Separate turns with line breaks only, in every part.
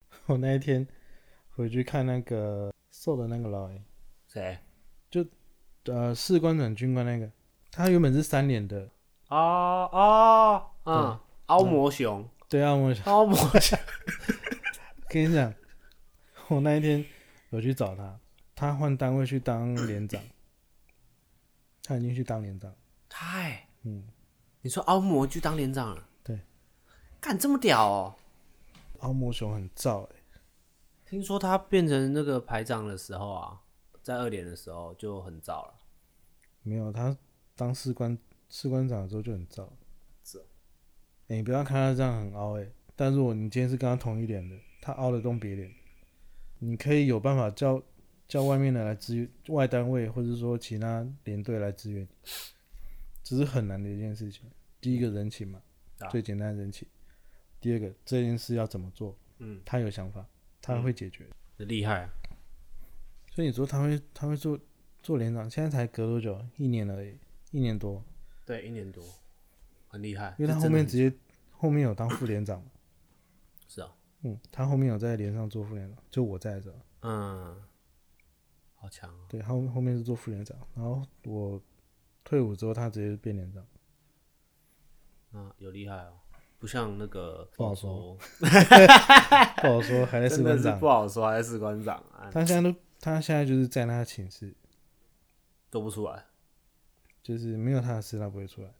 我那一天回去看那个瘦的那个老爷，
谁？
呃，士官长军官那个，他原本是三连的，
哦哦，嗯，凹魔熊，
对啊，我
凹魔熊，
跟你讲， 我那一天有去找他，他换单位去当连长，他已经去当连长，
太，
嗯，
你说凹魔去当连长了？
对，
干这么屌哦！
奥魔熊很燥、欸，
听说他变成那个排长的时候啊，在二连的时候就很早了。
没有他当士官士官长的时候就很燥，是，你不要看他这样很凹哎、但如果你今天是跟他同一脸的，他凹得动别脸，你可以有办法叫叫外面的来支援外单位，或者说其他连队来支援你，只是很难的一件事情。第一个人情嘛，
啊
最简单的人情。第二个这件事要怎么做，
嗯，
他有想法，他会解决。
厉害、啊，
所以你说他会他会做做连长，现在才隔多久？啊一年而已，一年多。
对，一年多，很厉害。
因为他
这
后
真的
面
很
直接后面有当副连长嘛，
是啊，
嗯，他后面有在连上做副连长，就我在的时候，
嗯，好强哦，
对，他后后面是做副连长，然后我退伍之后，他直接变连长，
嗯，有厉害哦，不像那个
不好说，不好说，还在士
真的
官
是
长
不，好说，还是士官长啊，
他现在都他现在就是在他的寝室，
做不出来。
就是没有他的事他不会出来，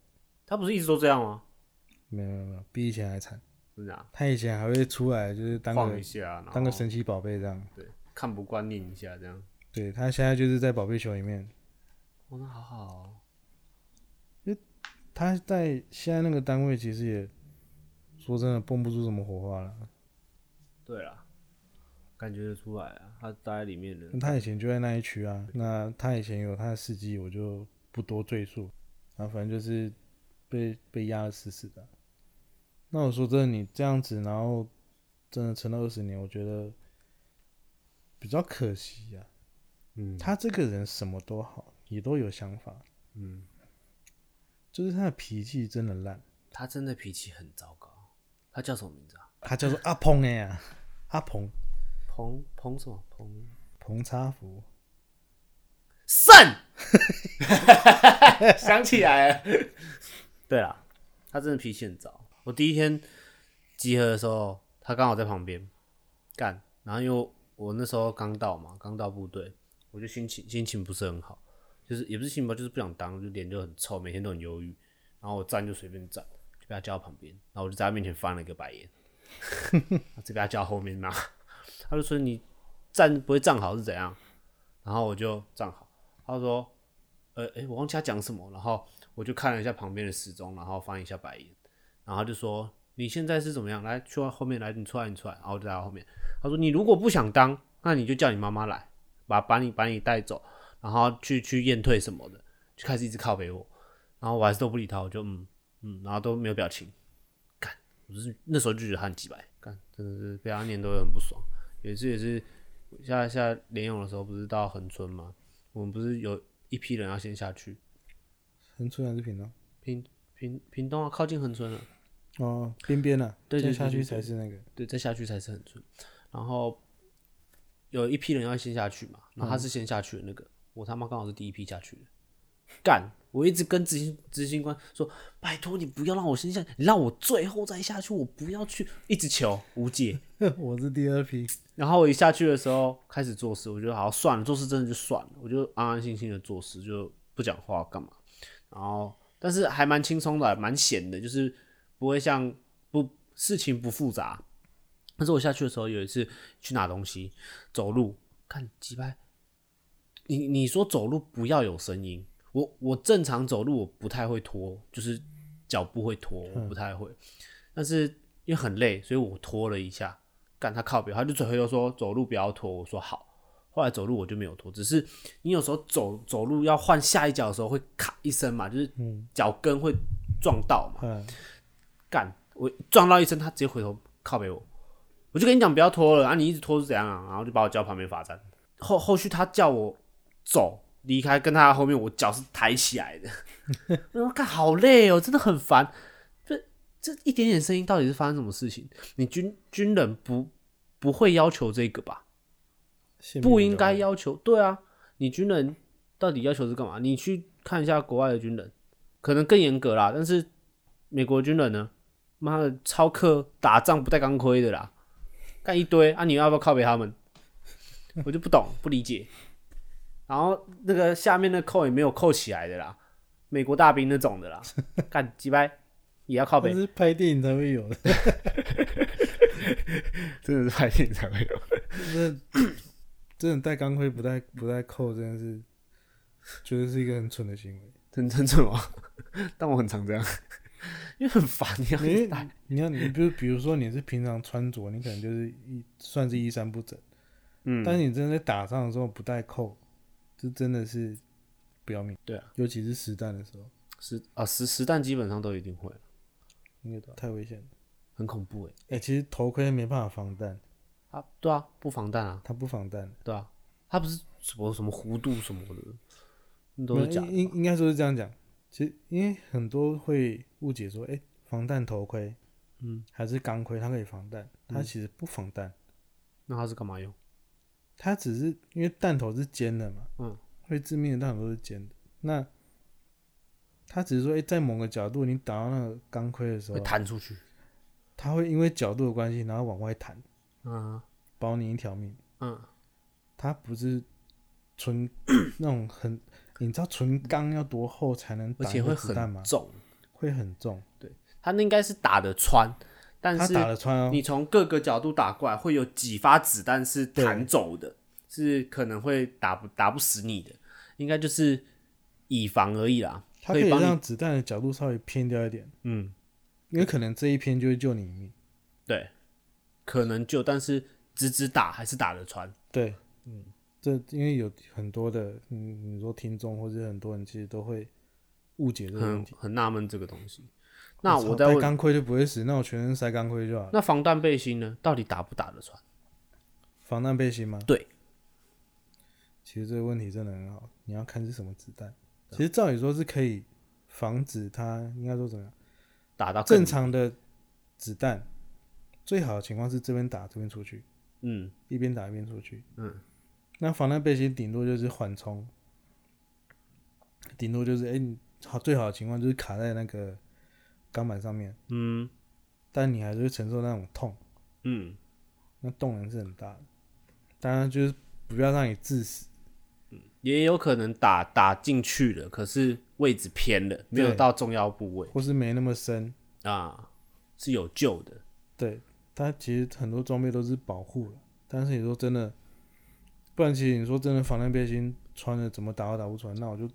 他不是一直都这样吗？
没有没有没有，比以前还惨，
是啊，
他以前还会出来就是当
晃
个
一下，哦然后
当个神奇宝贝这样，
对，看不惯念一下这样。
对他现在就是在宝贝球里面，
哦，那好好、哦，
他在现在那个单位其实也说真的蹦不出什么火花了。
对啦，感觉得出来啊，他待在里面的
那他以前就在那一区啊，那他以前有他的事迹，我就不多赘述。然后反正就是被被压得死死的。啊那我说真的，你这样子，然后真的撑了二十年，我觉得比较可惜呀、
嗯
他这个人什么都好，也都有想法，
嗯，
就是他的脾气真的烂。
他真的脾气很糟糕。他叫什么名字啊？
他叫做阿鹏哎呀， 阿鹏
彭彭什么彭
彭差福，
胜？ 想起来了。对啦，他真的脾气很糟。我第一天集合的时候，他刚好在旁边干，然后因为我我那时候刚到嘛，刚到部队，我就心情心情不是很好，就是也不是心情不好，就是不想当，就脸就很臭，每天都很忧郁。然后我站就随便站，就被他叫到旁边，然后我就在他面前翻了一个白眼， 就被他叫到后面嘛，他就说你站不会站好是怎样？然后我就站好，他说，呃，诶，我忘记他讲什么，然后我就看了一下旁边的时钟，然后翻一下白眼，然后他就说你现在是怎么样？来，去后面来，你出来，你出来，然后我就在他后面。他说你如果不想当，那你就叫你妈妈来，把把你把你带走，然后去去验退什么的，就开始一直靠北我，然后我还是都不理他，我就嗯嗯，然后都没有表情，干，我就是那时候就觉得他很鸡白，干，真的是被他念都会很不爽，有一次也是。下下联勇的时候，不是到恒春吗？我们不是有一批人要先下去
很出名是频道
屏屏屏东啊，靠近恒春了，
哦，边边啊，
对对
再下
对对
去
对
才是那个。
对，再下去才是恒春。然后有一批人要先下去嘛，然后他是先下去的那个，我他妈刚好是第一批下去的，干！我一直跟执行执行官说，拜托你不要让我先下，你让我最后再下去，我不要去，一直求无解。
我是第二批，
然后我一下去的时候开始做事，我觉得好算了，做事真的就算了，我就安安心心的做事，就不讲话干嘛。然后但是还蛮轻松的，蛮闲的，就是不会像不事情不复杂。但是我下去的时候有一次去拿东西，走路看几拍，你你说走路不要有声音，我我正常走路我不太会拖，就是脚步会拖，我不太会。但是因为很累，所以我拖了一下，干他靠边，他就转回头说走路不要拖，我说好。后来走路我就没有拖，只是你有时候走走路要换下一脚的时候会咔一声嘛，就是脚跟会撞到嘛。
嗯，
干，我撞到一声，他直接回头靠北我，我就跟你讲不要拖了啊，你一直拖是怎样啊？然后就把我叫旁边罚站。后后续他叫我走离开，跟他在后面我脚是抬起来的， 我说干好累哦，真的很烦。这这一点点声音到底是发生什么事情？你军军人不不会要求这个吧？
性
不
命
应
有
该
危
要求。对啊，你军人到底要求是干嘛？你去看一下国外的军人，可能更严格啦。但是美国军人呢，妈的超客打仗不带钢盔的啦，干一堆啊！你要不要靠北他们？ 我就不懂，不理解。然后那个下面的扣也没有扣起来的啦，美国大兵那种的啦，干鸡掰也要靠
那
北，
是拍电影才会有的，
真的是拍电影才会有。
这真的戴钢盔不戴不戴扣，真的是觉得是一个很蠢的行为。
真真正哦，但我很常这样， 因为很烦，你要一直
你
打
你看，你比如比如说你是平常穿着，你可能就是一算是衣衫不整，
嗯，
但是你真的在打仗的时候不戴扣，这真的是不要命。
对啊，
尤其是实弹的时候，
实啊实实弹基本上都一定会，
那个太危险了。
很恐怖哎、
哎、其实头盔没办法防弹，
啊，对啊，不防弹啊，
它不防弹。
对啊，它不是什么什么弧度什么的，那都
没有
是假的
应应应该说是这样讲。其实因为很多会误解说，哎、防弹头盔，
嗯，
还是钢盔，它可以防弹，它其实不防弹，
那它是干嘛用？
它只是因为弹头是尖的嘛，
嗯，
会致命的弹头都是尖的。那它只是说，哎、在某个角度你打到那个钢盔的时候
会，弹出去，
它会因为角度的关系，然后往外弹，
嗯
保你一条命。
嗯，
它不是纯 那种很，你知道纯钢要多厚才能
而
打
且
一
会
个子弹
很
吗？
重，
会很重，
它那应该是打得穿，但
它
是
打得穿哦。
你从各个角度打过来，会有几发子弹是
对
弹走的，是可能会打不打不死你的，应该就是以防而已啦。
它可以
帮你，
让子弹的角度稍微偏掉一点，
嗯，
因为可能这一偏就会救你一命。
对，可能就，但是直直打还是打得穿，
对，嗯，这因为有很多的，嗯，你说听众或者很多人其实都会误解这个问
很
题。
很纳闷这个东西。那
操
我再
戴
问，嗯
钢盔就不会死，那我全身塞钢盔就好了。
那防弹背心呢，到底打不打得穿？
防弹背心吗？
对。
其实这个问题真的很好，你要看是什么子弹。
嗯
其实照理说是可以防止它，应该说怎么样？
打到更
正，常的子弹，最好的情况是这边打这边出去，
嗯，
一边打一边出去。
嗯，
那防弹背心顶多就是缓冲，顶多就是哎、你好最好的情况就是卡在那个钢板上面，
嗯
但你还是会承受那种痛，
嗯，
那动能是很大的。当然就是不要让你致死，
也有可能打打进去了，可是位置偏了，没有
对
到重要部位
或是没那么深。
啊，是有救的。
对，它其实很多装备都是保护了，但是你说真的，不然其实你说真的防弹背心穿了怎么打都打不穿，那我就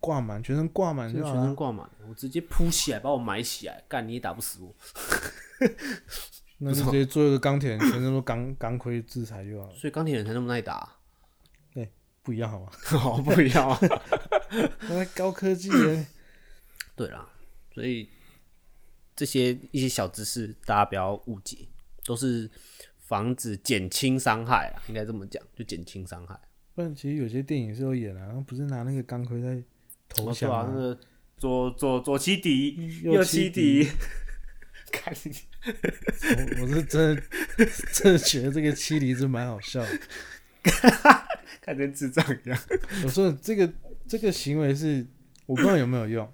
挂满，全身挂满
就
就好
全身
了。
挂满，我直接扑起来把我埋起来，干你也打不死我。
那就直接做一个钢铁人，全身都钢钢盔制裁就好了，
所以钢铁人才那么耐打、啊
不一样好吗？
好不一样啊。
那高科技 耶，
对啦，所以这些一些小知识大家不要误解，都是防止减轻伤害啊，应该这么讲，就减轻伤害。
不然其实有些电影是有演啊，不是拿那个钢盔在投
哦对
降
啊，那
吗？
个左左左七敌，
右
右
七
七
敌
敌， 看你
我我是真的 真的觉得这个七离是蛮好笑的。
看跟智障一样。
我说这个这个行为是我不知道有没有用，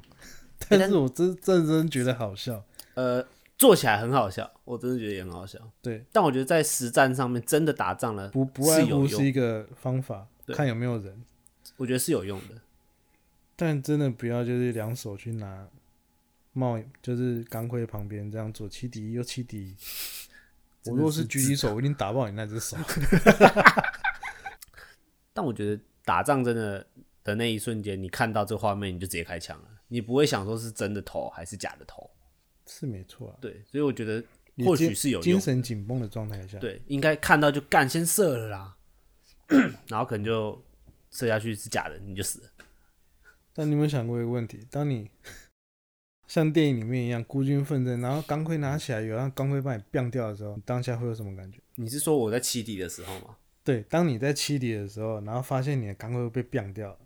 但是我真真真觉得好笑。
呃，做起来很好笑，我真的觉得也很好笑。
对，
但我觉得在实战上面真的打仗了，
不不
是
外
有
乎是
用，
一个方法，看有没有人。
我觉得是有用的。
但真的不要就是两手去拿帽，就是钢盔旁边这样左七敌右七敌。我
真的
如果是
是
狙击手，我一定打爆你那只 手。
但我觉得打仗真的的那一瞬间，你看到这画面你就直接开枪了，你不会想说是真的投还是假的投。
是没错啊，
对，所以我觉得
你
或许
精
是有
精
用。
神紧绷的状态下，
对，应该看到就干，先射了啦， 然后可能就射下去是假的，你就死了。
但你有没有想过一个问题？当你 像电影里面一样孤军奋战，然后钢盔拿起来，有让钢盔把你变掉的时候，你当下会有什么感觉？
你是说我在七底的时候吗？
对，当你在七敌的时候，然后发现你的钢盔被变掉了，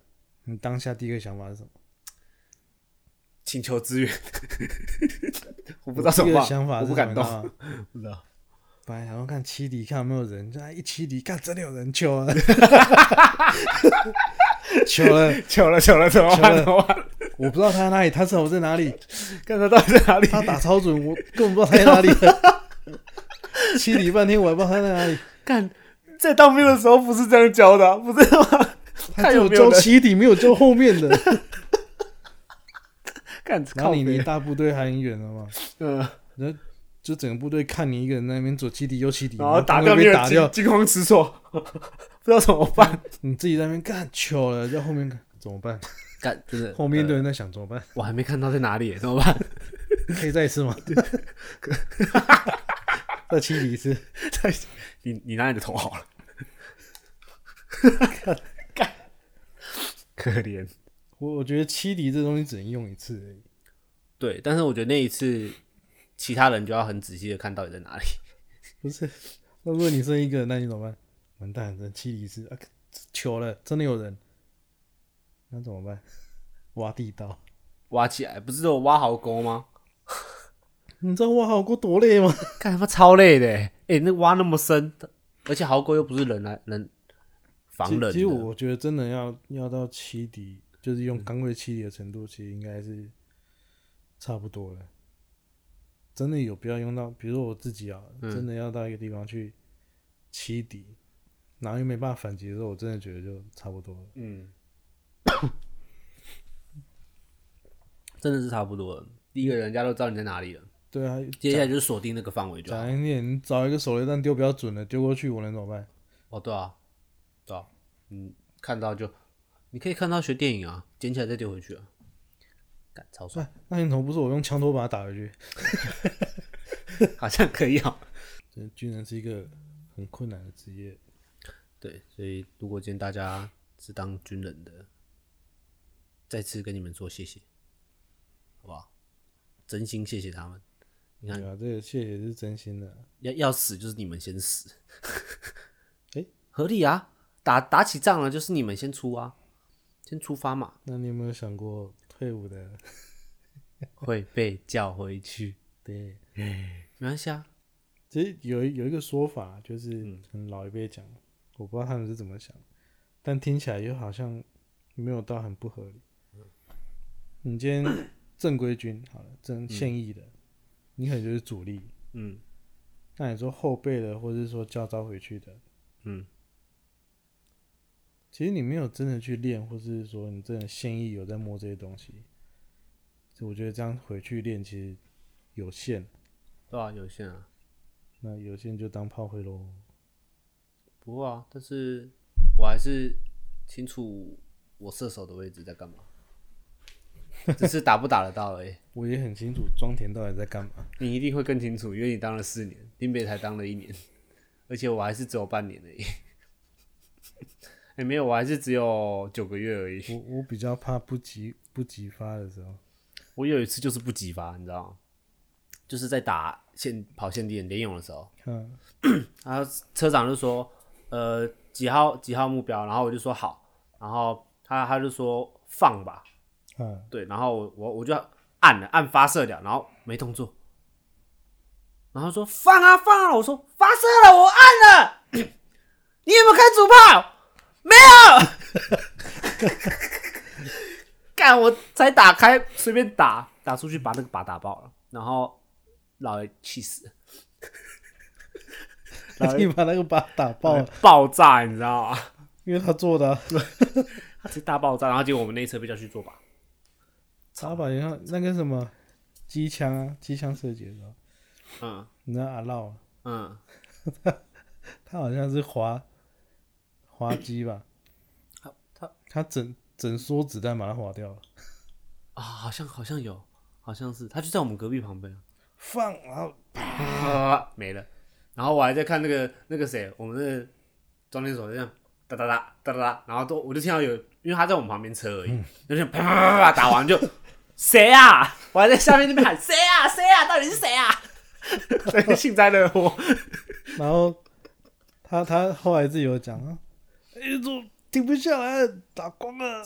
你当下第一个想法是什么？
请求支援，我不知道怎
第一个
么办，
想法是
我不
什么
敢
你知
动，
道吗
不知道。
本来想要看七里看有没有人，就哎一七里看真的有人，求了， 求了，
求了求了，怎么办？
求了
怎么办？
我不知道他在哪里，他手在哪里，
看他到底在哪里？
他打超准，我根本不知道他在哪里。七里半天我还不知道他在哪里，
干，在当兵的时候不是这样教的啊、不是吗？
他
看
只
有
有
没有
揪
人
七里，没有揪后面的。
干，
然后
靠
你
北
离大部队还很远了嘛，
嗯，
然后就整个部队看你一个人在那边左七里右七里，
然后打
掉
掉别
打掉
人，惊惊慌失措， 不知道怎么办。
你自己在那边干糗了，在后面看怎么办？
干，真的，
后面的人在想怎么办？
我还没看到在哪里，怎么办？
可以再一次吗？ 再七里一次，
你你拿你的头好了， 干可怜。
我我觉得七里这东西只能用一次而已。
对，但是我觉得那一次，其他人就要很仔细的看到底在哪里。
不是，那如果你剩一个人，那你怎么办？完蛋，真七里是啊，糗了，真的有人，那怎么办？挖地道，
挖起来，不是都有挖壕沟吗？
你知道挖壕沟多累吗？
干他妈超累的欸，哎、那挖那么深，而且壕沟又不是人来人防人的
其其实我觉得真的要要到七底，就是
嗯
用钢盔七底的程度，其实应该是差不多了。真的有必要用到，比如说我自己啊，
嗯
真的要到一个地方去七底，然后又没办法反击的时候，我真的觉得就差不多了。
嗯，真的是差不多了。第一个人家都知道你在哪里了，
对啊，
接下来就是锁定那个范围就好。
讲一点，你找一个手榴弹丢比较准的丢过去，我能怎么办？
哦，对啊，对啊，嗯，看到就你可以看到学电影啊，捡起来再丢回去啊，干超 帅，
那哎那你怎么不是我用枪托把它打回去？
好像可以啊。
这军人是一个很困难的职业，
对，所以如果今天大家是当军人的，再次跟你们说谢谢，好不好？真心谢谢他们，你看
对啊，这个谢谢是真心的。
要要死就是你们先死，
诶
合理啊，打打起仗了就是你们先出啊，先出发嘛，
那你有没有想过退伍的？
会被叫回去，
对，
没关系啊，
其实有一有一个说法，就是
嗯
可能老一辈讲，我不知道他们是怎么想，但听起来又好像没有到很不合理。
嗯
你今天正规军好了，正现役的，你可能就是主力。
嗯，
那你说后备的，或者是说教招回去的，
嗯，
其实你没有真的去练，或是说你真的现役有在摸这些东西，所以我觉得这样回去练其实有限。
对啊，有限啊，
那有限就当炮灰喽。
不过啊，但是我还是清楚我射手的位置在干嘛， 只是打不打得到而已。
我也很清楚庄田到底在干嘛。
你一定会更清楚，因为你当了四年，林北才当了一年，而且我还是只有半年而已。 哎、没有，我还是只有九个月而已。
我我比较怕不急不急发的时候，
我有一次就是不急发，你知道吗？就是在打现跑现地联勇的时候，
嗯，
然后车长就说，呃，几号几号目标，然后我就说好，然后他他就说放吧，
嗯，
对，然后我我我就按了按发射了，然后没动作，然后他说放啊放啊，我说发射了，我按了， 你有没有开主炮？没有， 干我才打开随便打打出去把那个靶打爆了，然后老爷气死了，然后
你把那个靶打爆了，
爆炸你知道吗？
因为他做的啊、
他是大爆炸，然后结果我们那一车被叫去做靶，
打靶也像那个什么机枪啊，机枪射击的时候，
嗯
你知道阿绕啊，
嗯，
他好像是滑滑机吧，
他他
他整整梭子弹把它滑掉了，
啊，好像好像有，好像是他就在我们隔壁旁边
放然后
啊，没了。然后我还在看那个那个谁，我们的装填手这样哒哒哒哒哒哒，然后都我就听到有，因为他在我们旁边车而已，就是啪啪啪啪啪打完就 谁啊？我还在下面那边喊谁啊谁啊，到底是谁啊？那个幸灾乐 祸，
然后他他后来自己有讲啊，哎、怎么停不下来，打光 了，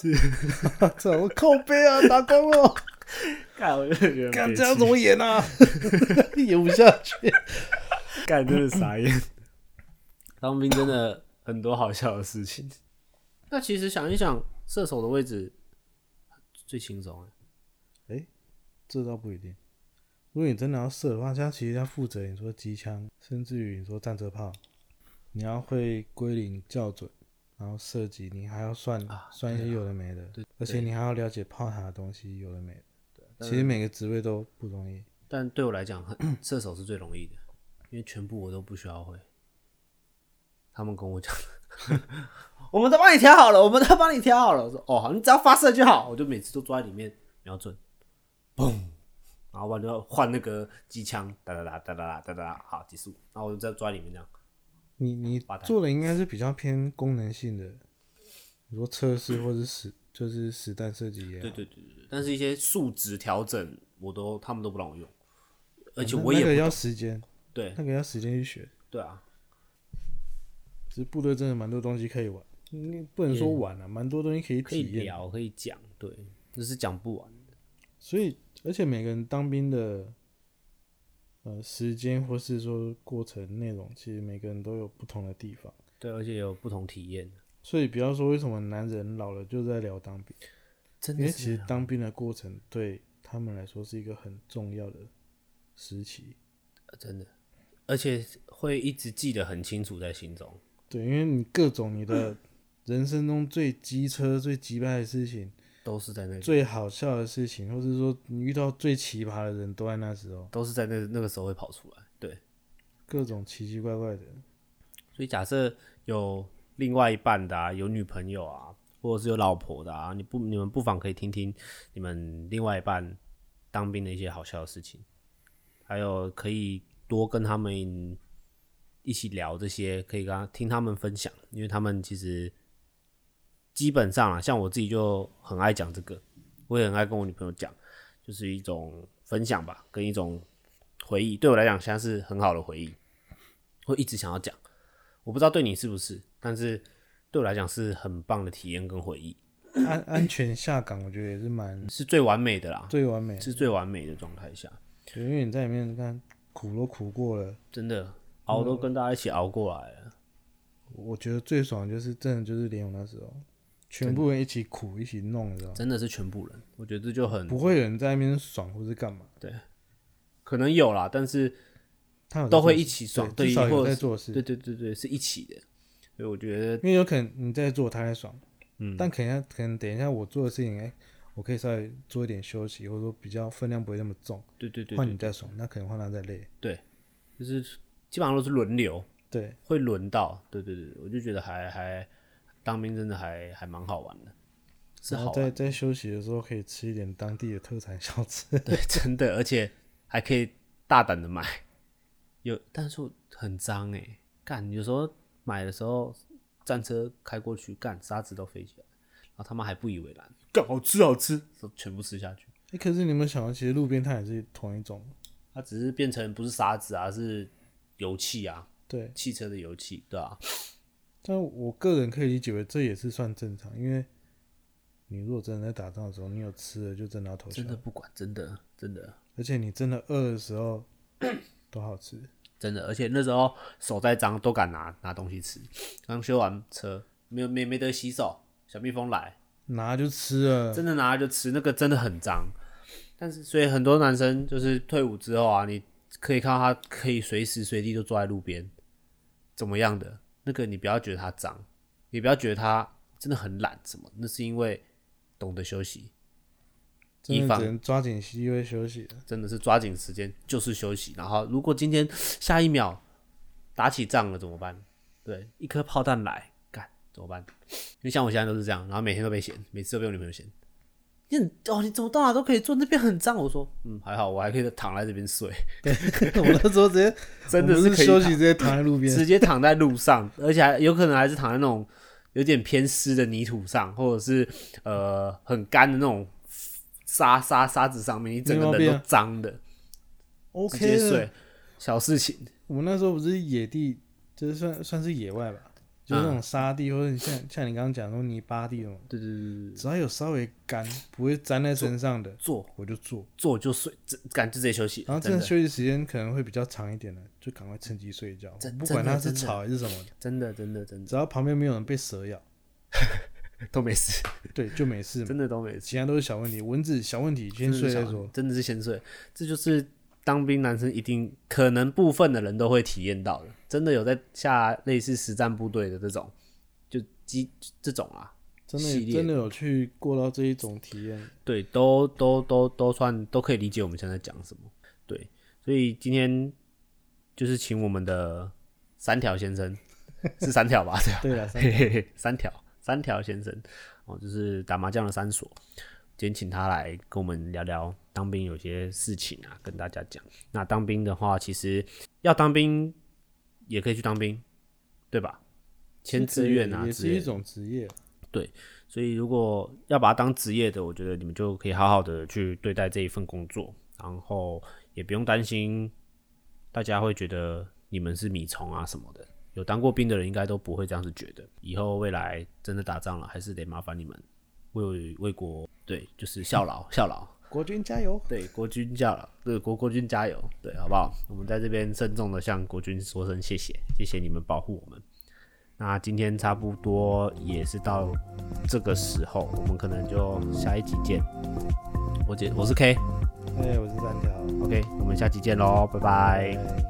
这我靠背 啊，打光了。
看我就觉得很
干
憋
这样
气
怎么演啊？演不下去。
干真的傻眼。 当兵真的很多好笑的事情。那其实想一想，射手的位置最轻松欸
这倒不一定。如果你真的要射的话，他其实要负责你说机枪，甚至于你说战车炮，你要会归零校准，然后射击，你还要算、
啊
算一些有的没的，
对
而且你还要了解炮塔的东西有的没的。
但
其实每个职位都不容易。
但对我来讲，很射手是最容易的，因为全部我都不需要会。他们跟我讲的， 我们都帮你调好了，我们都帮你调好了。我说哦，好，你只要发射就好。我就每次都坐在里面瞄准，嘣，然后我就要换那个机枪，哒哒哒哒哒哒哒哒哒，好结束。然后我就再坐在里面这样，
你你
八台
做的应该是比较偏功能性的，你说测试或者实就是实弹射击也好
对，对对对对。但是一些数值调整，我都他们都不让我用，而且
那
我也
那
不
个要时间，
对
那个要时间去学。
对啊，
其实部队真的蛮多东西可以玩，你不能说玩啊，蛮多东西可以
可以
体验。
聊，可以讲，对，这是讲不完。
所以，而且每个人当兵的，呃，时间或是说过程内容，其实每个人都有不同的地方。
对，而且有不同体验，
所以，不要说为什么男人老了就在聊当兵，
真
因
的
为
是啊
其实当兵的过程对他们来说是一个很重要的时期。
真的，而且会一直记得很清楚在心中。
对，因为你各种你 的人生中最机车、最击败的事情、
都是在那个，
最好笑的事情，或是说你遇到最奇葩的人，都在那时候。
都是在那那个时候会跑出来。对，
各种奇奇怪怪的。
所以假设有另外一半的啊，有女朋友啊，或者是有老婆的啊，你不你们不妨可以听听你们另外一半当兵的一些好笑的事情，还有可以多跟他们一起聊这些，可以跟他听他们分享，因为他们其实基本上啊，像我自己就很爱讲这个，我也很爱跟我女朋友讲，就是一种分享吧，跟一种回忆，对我来讲现在是很好的回忆，会一直想要讲。我不知道对你是不是，但是对我来讲是很棒的体验跟回忆，
安安全下岗，我觉得也是 蛮
是最完美的啦，
最完美的，
是最完美的状态下，
因为你在里面看苦都苦过了，
真的熬都跟大家一起熬过来了，
我觉得最爽就是真的就是连勇那时候，全部人一起苦一起弄，你知道吗？
真的是全部人，我觉得这就很
不会有人在那边爽或是干嘛，
可能有啦，但是
他有在
都会
做
一
事
起爽，
对，
对
至，少有
或者
在
是
做事，
对对对对，是一起的，所以我觉得
因为有可能你在做，他在爽，嗯，但可能可能等一下我做的事情，哎、我可以稍微做一点休息，或者说比较分量不会那么重，
对对对
换
对，
你在爽，那可能换他在累，
就是基本上都是轮流
对，
会轮到，对对对，我就觉得还还当兵真的还还蛮好玩的，是
然
好
后
玩
在在休息的时候可以吃一点当地的特产小吃。
对， 真的，而且还可以大胆的买。有，但是我很脏哎、干，有时候买的时候，战车开过去，干沙子都飞起来，然后他妈还不以为然，干好吃好吃，都全部吃下去。
欸可是你们想到，其实路边摊也是同一种，
它只是变成不是沙子啊，是油气啊，
对。
汽车的油气，对啊，
但我个人可以理解为这也是算正常，因为你如果真的在打仗的时候，你有吃的就真的要投降
真，的不管，真的真的
而且你真的饿的时 候都好吃。
真的，而且那时候手再脏都敢拿拿东西吃。刚修完车，没有没没得洗手，小蜜蜂来，
拿就吃了，
真的拿来就吃，那个真的很脏。但是，所以很多男生就是退伍之后啊，你可以看到他可以随时随地就坐在路边，怎么样的那个，你不要觉得他脏，也不要觉得他真的很懒什么，那是因为懂得休息，以
真的
防
只能抓紧机会休息了。
真的是抓紧时间就是休息。然后，如果今天下一秒打起仗了怎么办？对，一颗炮弹来，干怎么办？因为像我现在都是这样，然后每天都被嫌，每次都被我女朋友嫌。你很哦，你怎么到哪都可以坐，那边很脏。我说，嗯，还好，我还可以躺在这边睡，
我那时候直接
真的
我们
可
是
以
休
躺
息，直接躺在路边。
直接躺在路上，而且还有可能还是躺在那种有点偏湿的泥土上，或者是呃很干的那种沙沙沙子上面，你整个
没毛病
人
啊
都脏的，直
OK
接
的
睡。小事情，
我们那时候不是野地，就是算算是野外吧，就是
嗯
那种沙地，或者你像像你刚刚讲说泥巴地那种，
对对对对对，
只要有稍微干，不会粘在身上的，
坐
我就做。
坐就睡，这赶就直接休息。
然后这
真
样
的
休息时间可能会比较长一点的，就赶快趁机睡一觉
真。
不管
真的
它是
真的
草还是什么的，
真的真的真的
只要旁边没有人被蛇咬，
都没事，
对，就没事嘛。
真的都没事。
其他都是小问题，蚊子小问题先
真的
睡
是
再
小
说。
真的是先睡，这就是当兵男生一定可能部分的人都会体验到的，真的有在下类似实战部队的这种，就机这种啊，
真
系
的
列
真的有去过到这一种体验，
对，都都都都算都可以理解我们现在在讲什么，对，所以今天就是请我们的三条先生，是三条吧？对吧
对
啊
了，三
嘿嘿嘿，三条三条先生哦，就是打麻将的三所。今天请他来跟我们聊聊当兵有些事情啊，跟大家讲。那当兵的话，其实要当兵也可以去当兵，对吧？签志愿啊
也
之
是
类
一
的。
种职业。
所以如果要把它当职业的，我觉得你们就可以好好的去对待这一份工作，然后也不用担心大家会觉得你们是米虫啊什么的。有当过兵的人应该都不会这样子觉得。以后未来真的打仗了，还是得麻烦你们为为国，对，就是效劳效劳，
国军加油！
对，国军加了，对，国国军加油，对，好不好？我们在这边慎重的向国军说声谢谢，谢谢你们保护我们。那今天差不多也是到这个时候，我们可能就下一集见。我姐，我是 K，OK，、
哎，我是三条。
我们下集见喽，拜拜
哎